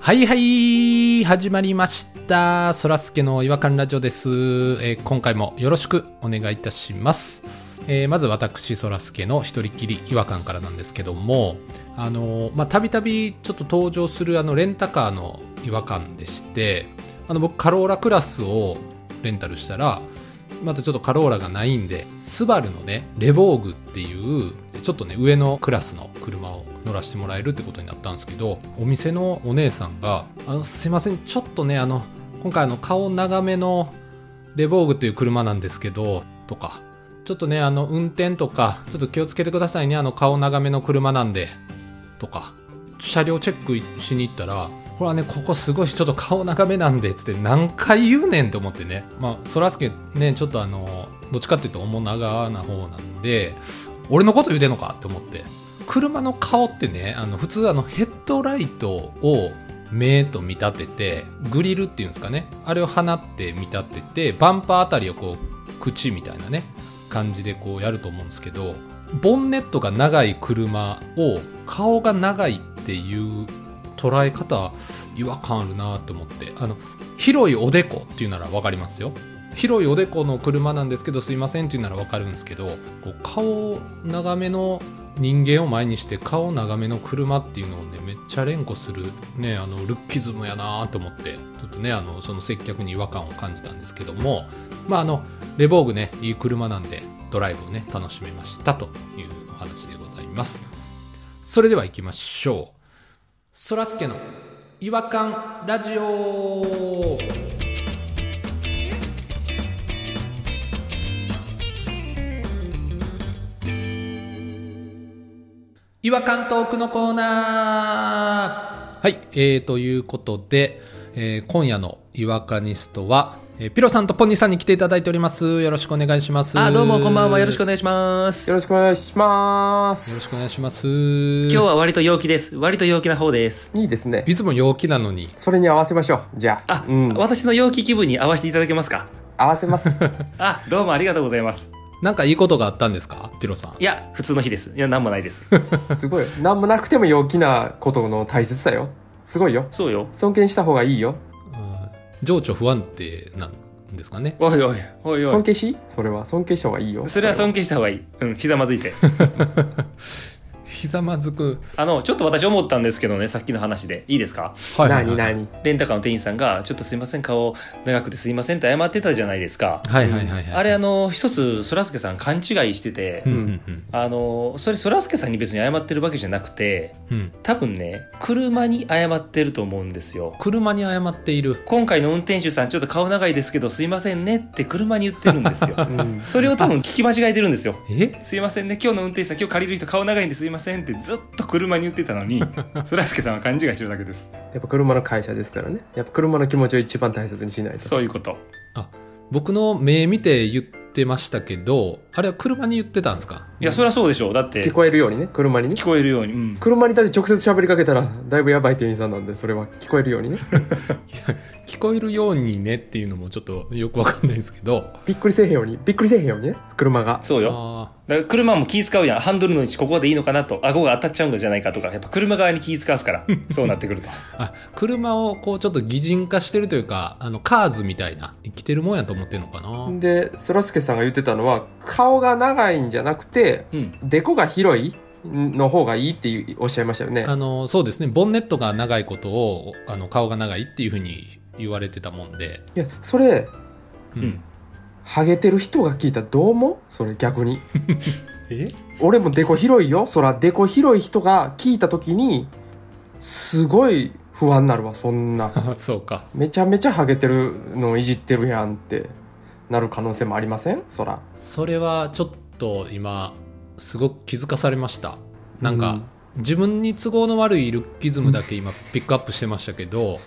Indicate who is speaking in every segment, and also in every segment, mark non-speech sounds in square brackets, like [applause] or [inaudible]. Speaker 1: はいはい始まりましたそらすけの違和感ラジオです、えー今回もよろしくお願いいたします、えーまず私そらすけの一人きり違和感からなんですけどもあのーまあたびたびちょっと登場するあのレンタカーの違和感でしてあの僕カローラクラスをレンタルしたらまたちょっとカローラがないんで、スバルのね、レボーグっていう、ちょっとね、上のクラスの車を乗らせてもらえるってことになったんですけど、お店のお姉さんが、あの、すいません、ちょっとね、あの、今回あの、顔長めのレボーグっていう車なんですけど、とか、ちょっとね、あの、運転とか、ちょっと気をつけてくださいね、あの、顔長めの車なんで、とか、車両チェックしに行ったら、ほらね、ここすごいちょっと顔長めなんで、つって何回言うねんと思ってね。まあ、そらすけね、ちょっとあの、どっちかっていうと、面長な方なんで、俺のこと言うてんのかって思って。車の顔ってね、あの、普通あの、ヘッドライトを目と見立てて、グリルっていうんですかね。あれを放って見立てて、バンパーあたりをこう、口みたいなね、感じでこうやると思うんですけど、ボンネットが長い車を顔が長いっていう捉え方違和感あるなと思ってあの広いおでこっていうなら分かりますよ広いおでこの車なんですけどすいませんっていうなら分かるんですけどこう顔長めの人間を前にして顔長めの車っていうのをねめっちゃ連呼するねあのルッキズムやなと思ってちょっとねあのその接客に違和感を感じたんですけどもまああのレボーグねいい車なんでドライブをね楽しめましたというお話でございますそれでは行きましょうそらすけの違和感ラジオ違和感トークのコーナーはい、えー、ということで、えー今夜の違和感ニストは、えーピロさんとポニーさんに来ていただいておりますよろしくお願いします
Speaker 2: あどうもこんばんはよろしくお願いします
Speaker 3: よろしくお願いしま
Speaker 1: よろしくお
Speaker 3: す。
Speaker 1: 願いします今
Speaker 2: 今日は割と陽気です割と陽気な方です
Speaker 3: いいですね。
Speaker 1: いつも陽気なのに
Speaker 3: それに合わせましょう。じゃ
Speaker 2: あ、
Speaker 3: あ、うん、
Speaker 2: 私の陽気気分に合わせていただけますか
Speaker 3: 合わせます。
Speaker 2: あどうもありがとうございます
Speaker 1: なんかいいことがあったんですかピロさん
Speaker 2: いや普通の日ですいや何もないです [laughs]
Speaker 3: すごい。なんもなくても陽気なことの大切さよ。すごいよ。
Speaker 2: そうよ
Speaker 3: 尊敬した方がいいよ。
Speaker 1: うん情緒不安定なんですかね。
Speaker 2: おいおいおいお
Speaker 3: 尊
Speaker 2: い
Speaker 3: 敬しそれは尊敬した方がいいよ。
Speaker 2: それは尊敬した方がいいうんひざまず [laughs] いて
Speaker 1: ひざまずく。
Speaker 2: あのちょっと私思ったんですけどねさっきの話でいいですか
Speaker 3: そ
Speaker 1: は
Speaker 3: れは。
Speaker 1: い
Speaker 3: 何
Speaker 1: はい
Speaker 3: 何
Speaker 2: レンタカーの店員さんがちょっとすいません顔長くてすいませんって謝ってたじゃないですか
Speaker 1: はいはいはいはい。
Speaker 2: あれあの一つそらすけさん勘違いしてて、
Speaker 1: うんうんうん
Speaker 2: あのそれそらすけさんに別に謝ってるわけじゃなくて
Speaker 1: うん。
Speaker 2: 多分ね車に謝ってると思うんですよ
Speaker 1: 車に謝っている。
Speaker 2: 今回の運転手さんちょっと顔長いですけどすいませんねって車に言ってるんですよ
Speaker 3: [laughs] うん
Speaker 2: それを多分聞き間違えてるんですよ
Speaker 1: え
Speaker 2: すいませんね今日の運転手さん今日借りる人顔長いんですいませんってずっと車に言ってたのにそらすけさんは勘違いしてるだけです
Speaker 3: やっぱ車の会社ですからね。やっぱ車の気持ちを一番大切にしないと。
Speaker 2: そういうこと
Speaker 1: 僕の目見て言ってましたけど、あれは車に言ってたんですか
Speaker 2: いやそりゃそうでしょうだって
Speaker 3: 聞こえるようにね、車にね
Speaker 2: 聞。こえるように、うん、
Speaker 3: 車にだって直接喋りかけたら、だいぶやばい店員さんなんで、それは聞こえるようにね。
Speaker 1: 聞こえるようにねっていうのもちょっとよくわかんないですけど。
Speaker 3: びっくりせえへんように、びっくりせえへんようにね、車が。
Speaker 2: そうよ
Speaker 1: あ
Speaker 2: だから車も気使うやんハンドルの位置ここでいいのかなと顎が当たっちゃうんじゃないかとかやっぱ車側に気使わすからそうなってくると
Speaker 1: ーあ、車をこうちょっと擬人化してるというか、あの、カーズみたいな、生きてるもんやと思ってるのかな。
Speaker 3: で、そらすけさんが言ってたのは、顔が長いんじゃなくて、
Speaker 2: うん
Speaker 3: デコが広いの方がいいっていうおっしゃいましたよね
Speaker 1: あのそうですねボンネットが長いことをあの顔が長いっていうふうに言われてたもんで、
Speaker 3: いやそれ
Speaker 1: う
Speaker 2: うん
Speaker 3: ハゲてる人が聞いたらどう思うそれ逆に
Speaker 1: え
Speaker 3: 俺もデコ広いよそらデコ広い人が聞いた時にすごい不安になるわそんな
Speaker 1: そうか
Speaker 3: めちゃめちゃハゲてるのいじってるやんってなる可能性もありませんそら
Speaker 1: それはちょっと今すごく気づかされましたなんか、
Speaker 3: うん
Speaker 1: 自分に都合の悪いルッキズムだけ今ピックアップしてましたけど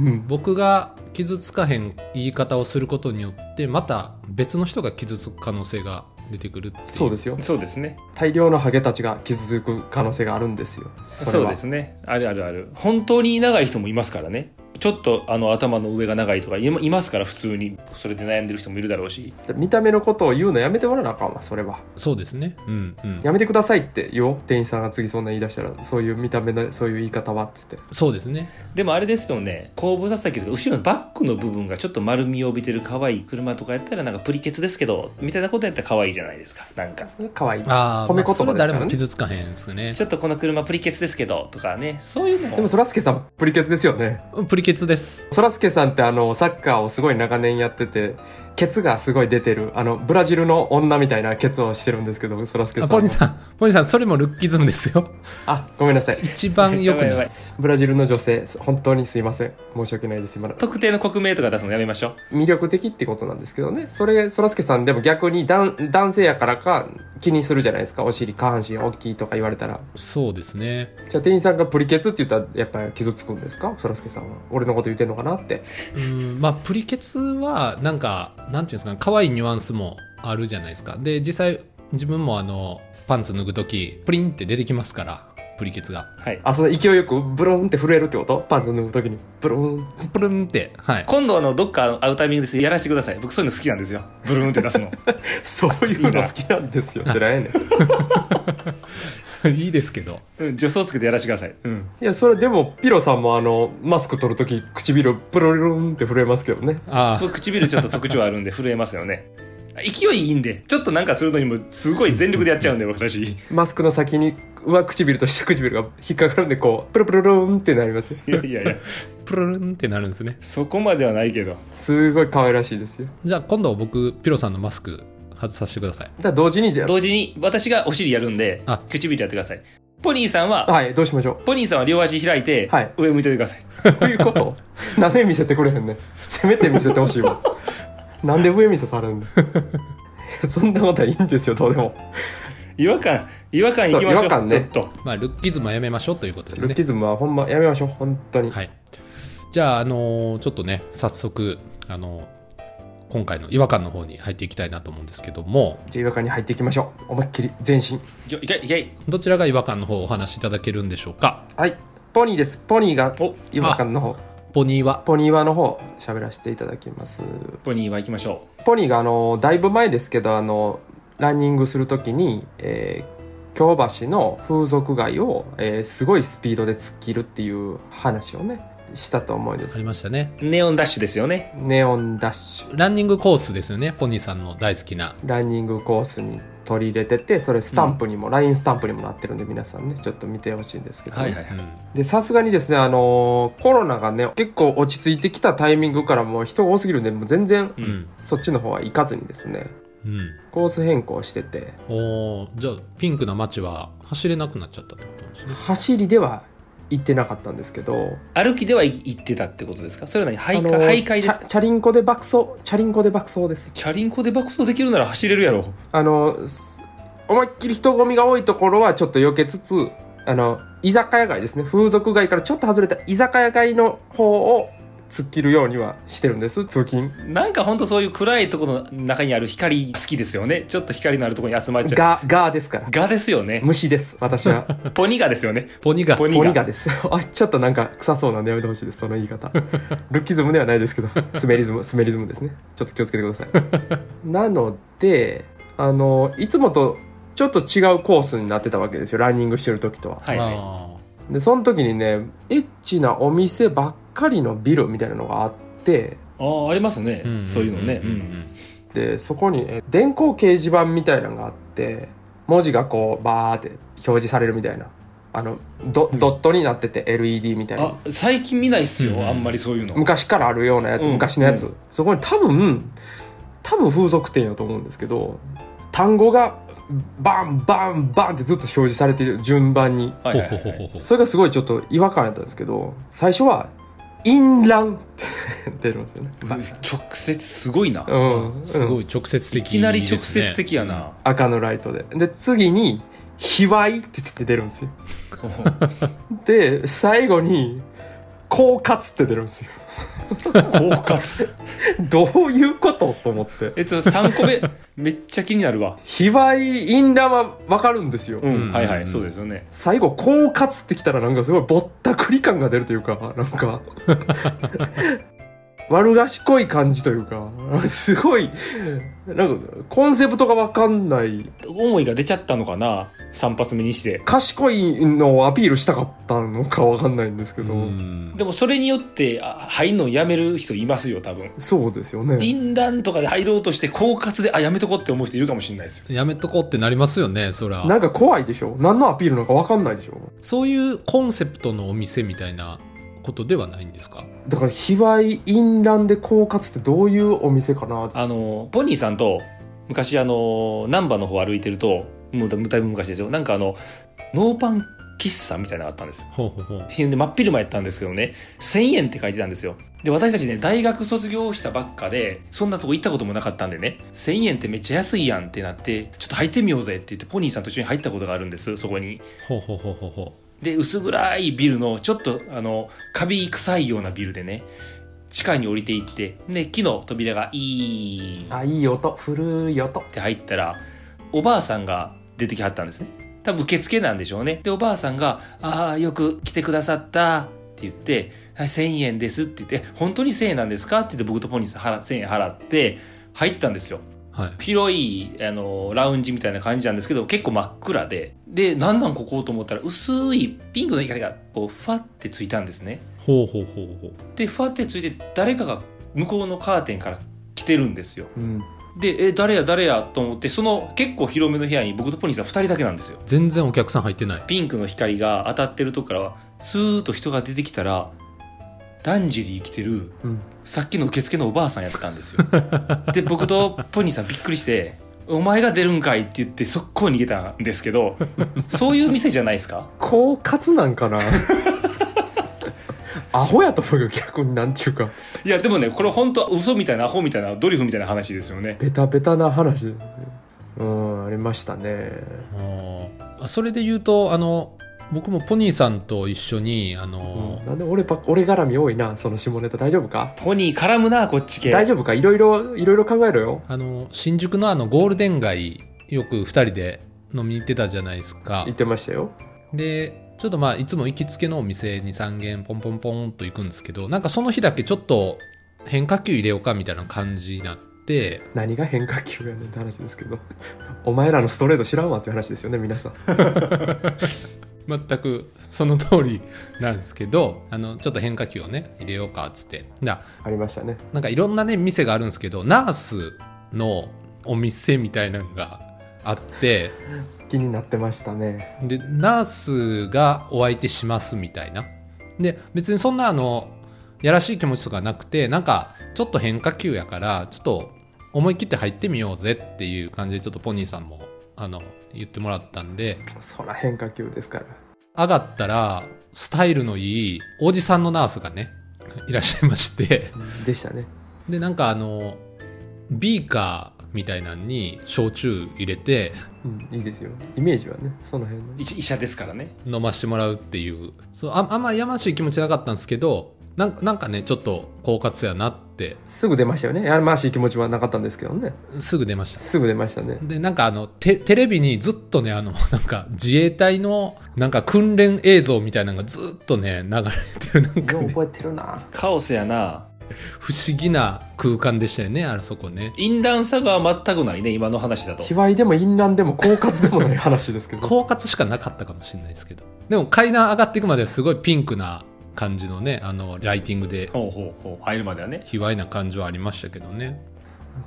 Speaker 3: うん
Speaker 1: 僕が傷つかへん言い方をすることによってまた別の人が傷つく可能性が出てくるっていう
Speaker 3: そうですよ
Speaker 2: そうですね
Speaker 3: 大量のハゲたちが傷つく可能性があるんですよそ
Speaker 2: そ
Speaker 3: れ
Speaker 2: う
Speaker 3: は
Speaker 2: ですねあるあるある本当に長い人もいますからねちょっとあの頭の上が長いとかいまいますから普通にそれで悩んでる人もいるだろうし
Speaker 3: 見た目のことを言うのやめてもらわなあかんわそれは
Speaker 1: そうですね。うんうん。
Speaker 3: やめてくださいって言おう店員さんが次そんな言い出したらそういう見た目のそういう言い方はっつって
Speaker 1: そうですね。
Speaker 2: でもあれですよね後部座席とか後ろのバックの部分がちょっと丸みを帯びてる可愛い車とかやったらなんかプリケツですけどみたいなことやったら可愛いじゃないですかなんか
Speaker 3: 可愛い
Speaker 1: ああ、
Speaker 3: 褒め言葉です
Speaker 1: そ
Speaker 3: か
Speaker 1: れ
Speaker 3: ら
Speaker 1: は
Speaker 3: ね
Speaker 1: 誰も傷つかへんですね。
Speaker 2: ちょっとこの車プリケツですけどとかねそういうの
Speaker 3: でも
Speaker 2: も
Speaker 3: そらすけさんプリケツですよね
Speaker 1: プリケツです。
Speaker 3: そらすけさんってあのサッカーをすごい長年やっててケツがすごい出てるあのブラジルの女みたいなケツをしてるんですけどそらすけさ
Speaker 1: あ
Speaker 3: ん
Speaker 1: ポ
Speaker 3: は
Speaker 1: ニーさん、ポニーさん、それもルッキズムですよ。
Speaker 3: あごめんなさい
Speaker 1: 一番よく
Speaker 2: やば
Speaker 1: な
Speaker 2: いや
Speaker 1: い
Speaker 2: ば。い
Speaker 3: ブラジルの女性本当にすいません申し訳ないです今の
Speaker 2: 特定の国名とか出すのやめましょう
Speaker 3: 魅力的ってことなんですけどねそれそらすけさんでも逆に男男性やからか気にするじゃないですかお尻下半身大きいとか言われたら
Speaker 1: そうですね。
Speaker 3: じゃあ店員さんがプリケツって言ったらやっぱり傷つくんですかそらすけさんは俺のこと言ってんのかなって
Speaker 1: うん、まあ、プリケツは、なんか、なんていうんですかね、可愛いニュアンスもあるじゃないですか。で、実際、自分もあの、パンツ脱ぐとき、プリンって出てきますから、プリケツが。
Speaker 2: はい
Speaker 3: あその勢いよくブルーンって震えるってことパンツ脱ぐ時にブルーン [laughs]
Speaker 1: プルンって、
Speaker 2: [laughs]
Speaker 1: はい。
Speaker 2: 今度あのどっか会うタイミングですやらせてください僕そういうの好きなんですよブルーンって出すの
Speaker 3: そういうの好きなんですよってなんやねんい
Speaker 1: いいですけど。
Speaker 2: うん助走つけてやらせてください、うん、
Speaker 3: やそれでもピロさんもあのマスク取る時唇プルルンって震えますけどね
Speaker 1: ああ、
Speaker 2: 僕唇ちょっと特徴あるんで震えますよね勢いいいんでちょっとなんかするのにもすごい全力でやっちゃうんで私
Speaker 3: マスクの先に上唇と下唇が引っかかるんでこうプルプルルンってなりますよ
Speaker 2: いやいやいや
Speaker 1: プルンってなるんですね。
Speaker 2: そこまではないけど
Speaker 3: すごい可愛らしいですよ
Speaker 1: じゃあ、今度僕、ピロさんのマスク外させてください。
Speaker 3: だから同時にじゃ
Speaker 2: 同時に私がお尻やるんで
Speaker 1: あ
Speaker 2: 唇やってくださいポニーさんは
Speaker 3: あはいどうしましょ
Speaker 2: ポニーさんは両足開いて、
Speaker 3: はい
Speaker 2: 上向いておいてくださいう
Speaker 3: どういうことなんで見せてくれへんねんせめて見せてほしいわなんで上見せされんねんいやそんなことはいいんですよどうでも
Speaker 2: 違和感違和感いきましょ
Speaker 3: そうう違和感ね
Speaker 2: ちょっと
Speaker 1: まあ、ルッキズムはやめましょうということで
Speaker 3: ル
Speaker 1: ね
Speaker 3: ッ。キズムはほんまやめましょう本当に
Speaker 1: はい。じゃあ、あのーちょっとね、早速、あのー今回の違和感の方に入っていきたいなと思うんですけども、
Speaker 3: じゃあ違和感に入っていきましょう思いっきり全身
Speaker 2: いけいけいけ
Speaker 1: どちらが違和感の方をお話しいただけるんでしょうか。
Speaker 3: はいポニーですポニーが
Speaker 2: お
Speaker 3: 違和感の方
Speaker 1: ポニーは。
Speaker 3: ポニーはの方喋らせていただきます
Speaker 2: ポニーは行きましょ
Speaker 3: ポニーがあのだいぶ前ですけどあのランニングするときに、えー京橋の風俗街を、えーすごいスピードで突っ切るっていう話をねしたと思うんで
Speaker 1: あ
Speaker 3: す
Speaker 1: りましたね。
Speaker 2: うネオンダッシュですよね
Speaker 3: ネオンダッシュ
Speaker 1: ランニングコースですよね、ポニーさんの大好きな。
Speaker 3: ランニングコースに取り入れててそれスタンプにも、ラインスタンプにもなってるんで皆さんねちょっと見てほしいんですけど、
Speaker 2: はいはいはい、
Speaker 1: うん
Speaker 3: でさすがにですねあのーコロナがね結構落ち着いてきたタイミングからもう人が多すぎるんでもう全然
Speaker 1: うん。
Speaker 3: そっちの方は行かずにですね
Speaker 1: うん。
Speaker 3: コース変更してて
Speaker 1: おーじゃあ、ピンクな街は走れなくなっちゃったってことなんですね。
Speaker 3: 走りでは行ってなかったんですけど
Speaker 2: 歩きでは行ってたってことですかそれは何
Speaker 3: あ
Speaker 2: 徘
Speaker 3: の
Speaker 2: 徊徘
Speaker 3: ー
Speaker 2: 徊です
Speaker 3: チ
Speaker 2: か
Speaker 3: ャチャリンコで爆走チャリンコで爆走です
Speaker 2: チャリンコで爆走できるなら走れるやろ
Speaker 3: あのす思いっきり人混みが多いところはちょっと避けつつあの居酒屋街ですね風俗街からちょっと外れた居酒屋街の方を突っ切るようにはしてるんです通勤
Speaker 2: なんかほんとそういう暗いところの中にある光好きですよねちょっと光のあるところに集まっちゃう
Speaker 3: ガガーですから
Speaker 2: ガですよね
Speaker 3: 虫です私は
Speaker 2: ポニガですよね
Speaker 1: ポニーが。
Speaker 2: ポニ
Speaker 3: ポ
Speaker 2: ガ
Speaker 3: ニガです [laughs] あちょっとなんか臭そうなんでやめてほしいですその言
Speaker 1: [laughs]
Speaker 3: い方ルッキズムではないですけどスメリズムスメリズムですねちょっと気をつけてください
Speaker 1: [laughs]
Speaker 3: なのであのいつもとちょっと違うコースになってたわけですよランニングしてる時とは
Speaker 2: はいはい
Speaker 1: あ
Speaker 3: でその時にねエッチなお店ばっかりのビルみたいなのがあって
Speaker 2: ああありますね、
Speaker 1: ーん
Speaker 2: そういうのね、
Speaker 1: んんん
Speaker 3: でそこにえ電光掲示板みたいなのがあって文字がこうバーって表示されるみたいなあのド,、
Speaker 1: うん
Speaker 3: ドットになってて LED みたいな
Speaker 2: あ最近見ないっすよ、
Speaker 1: うん
Speaker 2: あんまりそういうの
Speaker 3: 昔からあるようなやつ、
Speaker 2: うん
Speaker 3: 昔のやつ、
Speaker 2: う
Speaker 3: そこに多分多分風俗店やと思うんですけど単語がバンバンバンってずっと表示されてる順番に
Speaker 2: はいはいは
Speaker 1: ほう
Speaker 2: い
Speaker 1: ほうほう
Speaker 2: は
Speaker 1: ほ
Speaker 2: いう
Speaker 1: ほう。
Speaker 3: それがすごいちょっと違和感やったんですけど最初は「淫乱」って [laughs] 出るんですよね、
Speaker 2: うわ直接すごいな、
Speaker 3: う
Speaker 1: あ
Speaker 3: ん、
Speaker 1: すご
Speaker 3: い、
Speaker 1: い直接的
Speaker 2: いきなり
Speaker 1: ですね
Speaker 2: 直接的やな、
Speaker 3: 赤のライトでで次に「卑猥」って言って出るんですよで最後に「狡猾」って出るんですよ
Speaker 2: 狡猾
Speaker 3: どういうことと思って
Speaker 2: えっと3個目めっちゃ気になるわ
Speaker 3: 卑猥淫乱はわかるんですよ、
Speaker 2: うん、
Speaker 1: うん
Speaker 2: はいは
Speaker 1: うん
Speaker 2: いそうですよね
Speaker 3: 最後「狡猾」ってきたらなんかすごいぼったくり感が出るというかなんか [laughs] 悪賢い感じというかすごいなんかコンセプトが分かんない
Speaker 2: 思いが出ちゃったのかな3発目にして
Speaker 3: 賢いのをアピールしたかったのか分かんないんですけど、
Speaker 1: うん
Speaker 2: でもそれによってあ入んのやめる人いますよ多分
Speaker 3: そうですよね
Speaker 2: 淫乱とかで入ろうとして狡猾であやめとこうって思う人いるかもしれないですよ
Speaker 1: やめとこうってなりますよねそら
Speaker 3: なんか怖いでしょ何のアピールなのか分かんないでしょ
Speaker 1: そういうコンセプトのお店みたいなことではないんですか
Speaker 3: だから卑猥淫乱で狡猾ってどういうお店かな
Speaker 2: あのポニーさんと昔あの難波の方歩いてるともうだだいぶ昔ですよなんかあのノーパン喫茶みたいなのがあったんですよ
Speaker 1: ほうほうほう
Speaker 2: で真っ昼間やったんですけどね1000円って書いてたんですよで私たちね大学卒業したばっかでそんなとこ行ったこともなかったんでね1000円ってめっちゃ安いやんってなってちょっと入ってみようぜって言ってポニーさんと一緒に入ったことがあるんですそこに
Speaker 1: ほうほうほうほうほ
Speaker 2: で薄暗いビルのちょっとあのカビ臭いようなビルでね地下に降りていってで木の扉がいいっ
Speaker 3: あいい音古い音
Speaker 2: て入ったらおばあさんが出てきはったんですね多分受付なんでしょうねでおばあさんが「ああよく来てくださった」って言って「はい1,000円です」って言って「本当に1,000円なんですか?」って言って僕とポニーさん払1,000円払って入ったんですよ
Speaker 1: うはい
Speaker 2: 広いあのラウンジみたいな感じなんですけど結構真っ暗ででなんなんここと思ったら薄いピンクの光がこうファってついたんですね
Speaker 1: ほうほうほうほう
Speaker 2: でファってついて誰かが向こうのカーテンから来てるんですよ
Speaker 3: うん
Speaker 2: でえ誰や誰やと思ってその結構広めの部屋に僕とポニーさん2人だけなんですよ
Speaker 1: 全然お客さん入ってない
Speaker 2: ピンクの光が当たってるとこからスーッと人が出てきたらランジェリー着てる
Speaker 3: うん
Speaker 2: さっきの受付のおばあさんやったん [laughs] ですよで僕とポニーさんびっくりして「お前が出るんかい」って言って速攻逃げたんですけどそういう店じゃないですか
Speaker 3: 狡猾なんかな [laughs] アホやと思うよ逆になんちゅうか
Speaker 2: [laughs] いやでもねこれ本当嘘みたいなアホみたいなドリフみたいな話ですよね
Speaker 3: ベタベタな話ですねうんありましたね
Speaker 1: あーそれで言うとあの僕もポニーさんと一緒にあの、
Speaker 3: なんで俺ばっ俺絡み多いなその下ネタ大丈夫か
Speaker 2: ポニー絡むなこっち系
Speaker 3: 大丈夫かいろいろいろいろ考えろよ
Speaker 1: あの新宿のあのゴールデン街よく2人で飲みに行ってたじゃないですか
Speaker 3: 言ってましたよ
Speaker 1: でちょっとまあいつも行きつけのお店に3軒ポンポンポンと行くんですけどなんかその日だけちょっと変化球入れようかみたいな感じになって
Speaker 3: 何が変化球やねんって話ですけど [laughs] お前らのストレート知らんわっていう話ですよね皆さん
Speaker 1: 全くその通りなんですけど [laughs] あのちょっと変化球をね入れようかっつってだ
Speaker 3: ありましたね
Speaker 1: なんかいろんなね店があるんですけどナースのお店みたいなのがあって
Speaker 3: 気になってましたね
Speaker 1: でナースがお相手しますみたいなで別にそんなあのやらしい気持ちとかなくてなんかちょっと変化球やからちょっと思い切って入ってみようぜっていう感じでちょっとポニーさんもあの言ってもらったんで
Speaker 3: そら変化球ですから
Speaker 1: 上がったらスタイルのいいおじさんのナースがねいらっしゃいまして
Speaker 3: でしたね
Speaker 1: でなんかあのビーカーみたいなのに焼酎入れて
Speaker 3: うんいいですよイメージはねその辺の
Speaker 2: 医医者ですからね
Speaker 1: 飲ましてもらうっていうそうああんまやましい気持ちなかったんですけどなんかなんかねちょっと狡猾やなって
Speaker 3: すぐ出ましたよねやましい気持ちはなかったんですけどね
Speaker 1: すぐ出ました
Speaker 3: すぐ出ましたね
Speaker 1: でなんかあのテテレビにずっとねあの [laughs] なんか自衛隊のなんか訓練映像みたいなのがずっとね流れてる [laughs] なんか
Speaker 3: よう
Speaker 1: ね
Speaker 3: 覚えてるな
Speaker 2: カオスやな
Speaker 1: 不思議な空間でしたよねあそこね
Speaker 2: 淫乱さが全くないね今の話だと
Speaker 3: 卑猥でも淫乱でも狡猾で
Speaker 1: [laughs]
Speaker 3: もない話ですけど
Speaker 1: 狡猾しかなかったかもしれないですけどでも階段上がっていくまではすごいピンクな感じのねあのライティングで
Speaker 2: ほうほうほう入るまではね
Speaker 1: 卑猥な感じはありましたけどね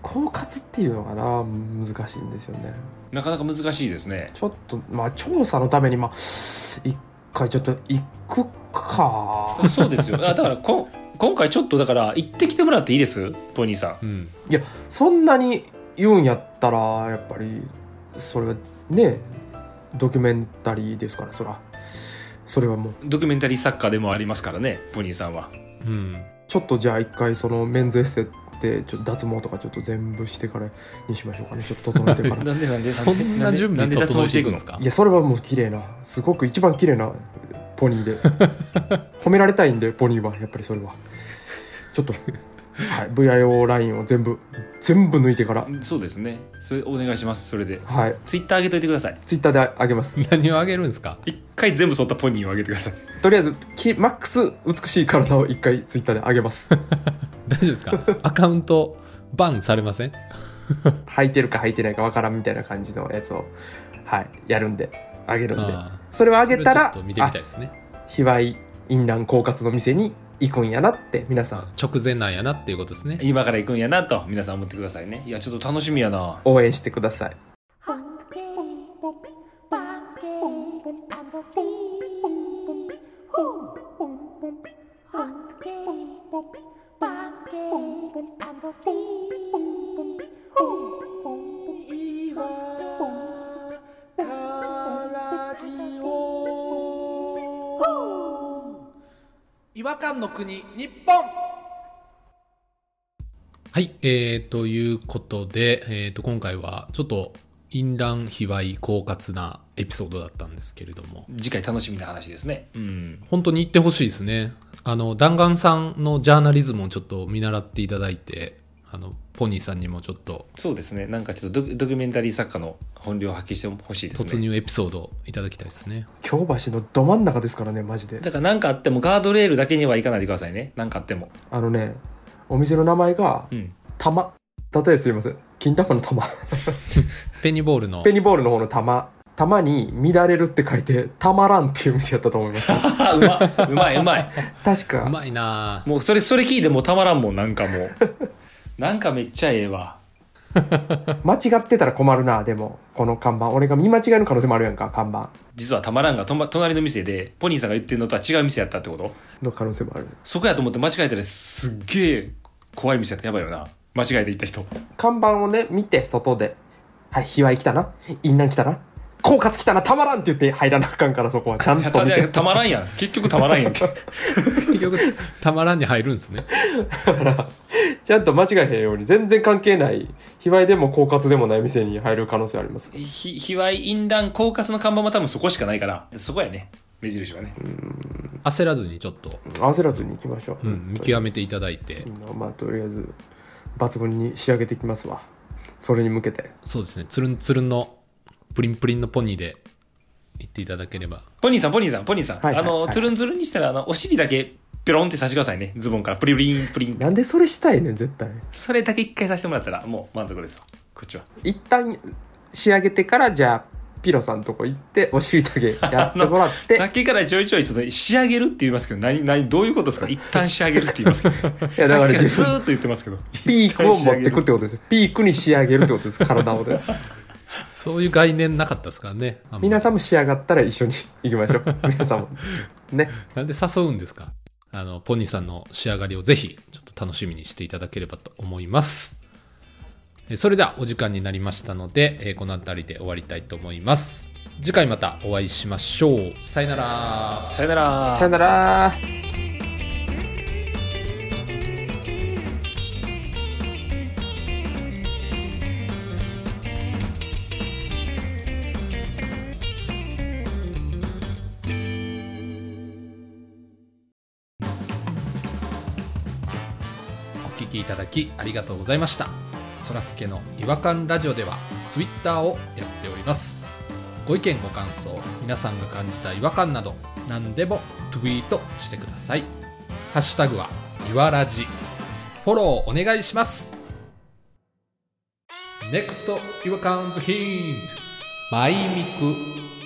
Speaker 3: 狡猾っていうのがな難しいんですよね
Speaker 2: なかなか難しいですね
Speaker 3: ちょっとまあ調査のためにまあ一回ちょっと行くか
Speaker 2: そうですよあだからこん今回ちょっとだから行ってきてもらっていいですポニーさ
Speaker 1: う
Speaker 2: ん
Speaker 1: ん
Speaker 3: いやそんなに言うんやったらやっぱりそれはねドキュメンタリーですからそらそれはもう
Speaker 2: ドキュメンタリー作家でもありますからねポニーさんは
Speaker 1: うん
Speaker 3: ちょっとじゃあ一回そのメンズエステでちょっと脱毛とかちょっと全部してからにしましょうかねちょっと整えて
Speaker 1: [laughs]
Speaker 3: から
Speaker 2: なんでなんで
Speaker 1: そんな準
Speaker 2: な
Speaker 1: 備
Speaker 2: んで脱
Speaker 1: 整
Speaker 2: 毛
Speaker 1: え
Speaker 2: してて
Speaker 1: い
Speaker 2: い
Speaker 1: く
Speaker 2: く
Speaker 1: んで
Speaker 2: の
Speaker 1: すか
Speaker 3: いやそれはもう綺麗なすごく
Speaker 1: [laughs]
Speaker 3: 一番綺麗なポニーで褒められたいんでポニーはやっぱりそれはちょっと、はい、VIO ラインを全部全部抜いてから
Speaker 2: そうですねそれお願いしますそれで
Speaker 3: はい
Speaker 2: ツイッター上げといてください
Speaker 3: ツイッターであげます
Speaker 1: 何をあげるんですか
Speaker 2: 一回全部剃ったポニーを上げてください
Speaker 3: とりあえずきマックス美しい体を一回ツイッターであげます
Speaker 1: 大丈夫
Speaker 3: [laughs]
Speaker 1: ですかアカウントバンされません
Speaker 3: 履いてるか履いてないかわからんみたいな感じのやつをはいやるんであげるんで
Speaker 1: あ
Speaker 3: それを
Speaker 1: あ
Speaker 3: あげたら
Speaker 1: それちょっと見てみたいですね
Speaker 3: あ卑猥淫乱狡猾の店に行くんやなって皆さん
Speaker 1: 直前なんやなっていうことですね
Speaker 2: 今から行くんやなと皆さん思ってくださいねいやちょっと楽しみやな
Speaker 3: 応援してください
Speaker 4: Hungry,
Speaker 5: 違和感の国日本
Speaker 1: はい、えー、ということで、えー、と今回はちょっと淫乱卑猥狡猾なエピソードだったんですけれども
Speaker 2: 次回楽しみな話ですねうん
Speaker 1: 本当に行ってほしいですねあの弾丸さんのジャーナリズムをちょっと見習っていただいてあのポニーさんにもちょっと
Speaker 2: そうですねなんかちょっとドキドキュメンタリー作家の本領を発揮してほしいです
Speaker 1: 突
Speaker 2: ね
Speaker 1: 入エピソードをいただきたいですね
Speaker 3: 京橋のど真ん中ですからねマジで
Speaker 2: だから何かあってもガードレールだけには行かないでくださいね何かあっても
Speaker 3: あのねお店の名前が
Speaker 2: うん
Speaker 3: 玉例えすいません金玉の玉
Speaker 1: ペニボールの
Speaker 3: ペニボールの方の玉玉に乱れるって書いてたまらんっていう店やったと思います
Speaker 2: あうまうまいうまい
Speaker 3: 確
Speaker 1: う
Speaker 3: か
Speaker 1: まいなぁ
Speaker 2: もうそれそれ聞いてもうたまらんもんなんかもうなんかめっちゃええわ
Speaker 3: 間違ってたら困るなでもこの看板俺が見間違える可能性もあるやんか看板
Speaker 2: 実はたまらんがとま隣の店でポニーさんが言ってるのとは違う店やったってこと
Speaker 3: の可能性もある
Speaker 2: そこやと思って間違えたらすっげえ怖い店やったやばいよな間違えて行った人
Speaker 3: 看板をね見て外で「はい卑猥来たな淫乱来たな狡猾来たなたまらん」って言って入らなあかんからそこはちゃん
Speaker 2: いや
Speaker 3: と
Speaker 2: たい
Speaker 3: 見
Speaker 2: や
Speaker 3: て
Speaker 2: たまらんやん結局たまらん
Speaker 3: [laughs]
Speaker 2: やんけ
Speaker 1: 結局たまらんに入るんですね
Speaker 3: [laughs] ちゃんと間違えへんように全然関係ない卑猥でも狡猾でもない店に入る可能性あります
Speaker 2: ひ卑猥淫乱狡猾の看板も多分そこしかないからそこやね目印はね
Speaker 1: 焦らずにちょっと、
Speaker 3: 焦らずに行きましょう、
Speaker 1: うん、見極めていただいて、
Speaker 3: うんまあとりあえず抜群に仕上げていきますわそれに向けて
Speaker 1: そうですねつるんつるんのプリンプリンのポニーで行っていただければ
Speaker 2: ポニーさんポニーさんポニーさん、
Speaker 3: はいはい
Speaker 2: あ
Speaker 3: は
Speaker 2: の
Speaker 3: い
Speaker 2: つるんつるんにしたらあのお尻だけピロンってさしてくださいねズボンからプリプリンプリン
Speaker 3: なんでそれしたいねん絶対
Speaker 2: それだけ一回させてもらったらもう満足ですわこっちは
Speaker 3: 一旦仕上げてからじゃあピロさんとこ行ってお尻だけやってもらっ
Speaker 2: [laughs]
Speaker 3: て
Speaker 2: さっきからちょいちょいその仕上げるって言いますけど何何どういうことですか一旦仕上げるって言いますけど
Speaker 3: いやだか
Speaker 2: [laughs] さ
Speaker 3: ら
Speaker 2: っき
Speaker 3: 自
Speaker 2: ず
Speaker 3: 分
Speaker 2: ーっと言ってますけど
Speaker 3: ピークを持ってくってことですよ。ピークに仕上げるってことです。体をね。
Speaker 1: そういう概念なかったですからねあんま
Speaker 3: 皆さんも仕上がったら一緒に行きましょう。皆さんも。ね。
Speaker 1: なんで誘うんですかあのポニーさんの仕上がりをぜひちょっと楽しみにしていただければと思いますえそれではお時間になりましたのでえーこの辺りで終わりたいと思います次回またお会いしましょうさよなら
Speaker 2: さよなら
Speaker 3: さよなら。
Speaker 1: お聞きいただきありがとうございましたそらすけの違和感ラジオではツイッターをやっておりますご意見ご感想皆さんが感じた違和感など何でもツイートしてくださいハッシュタグはいわらじフォローお願いします NEXT 違和感ズヒントマイミク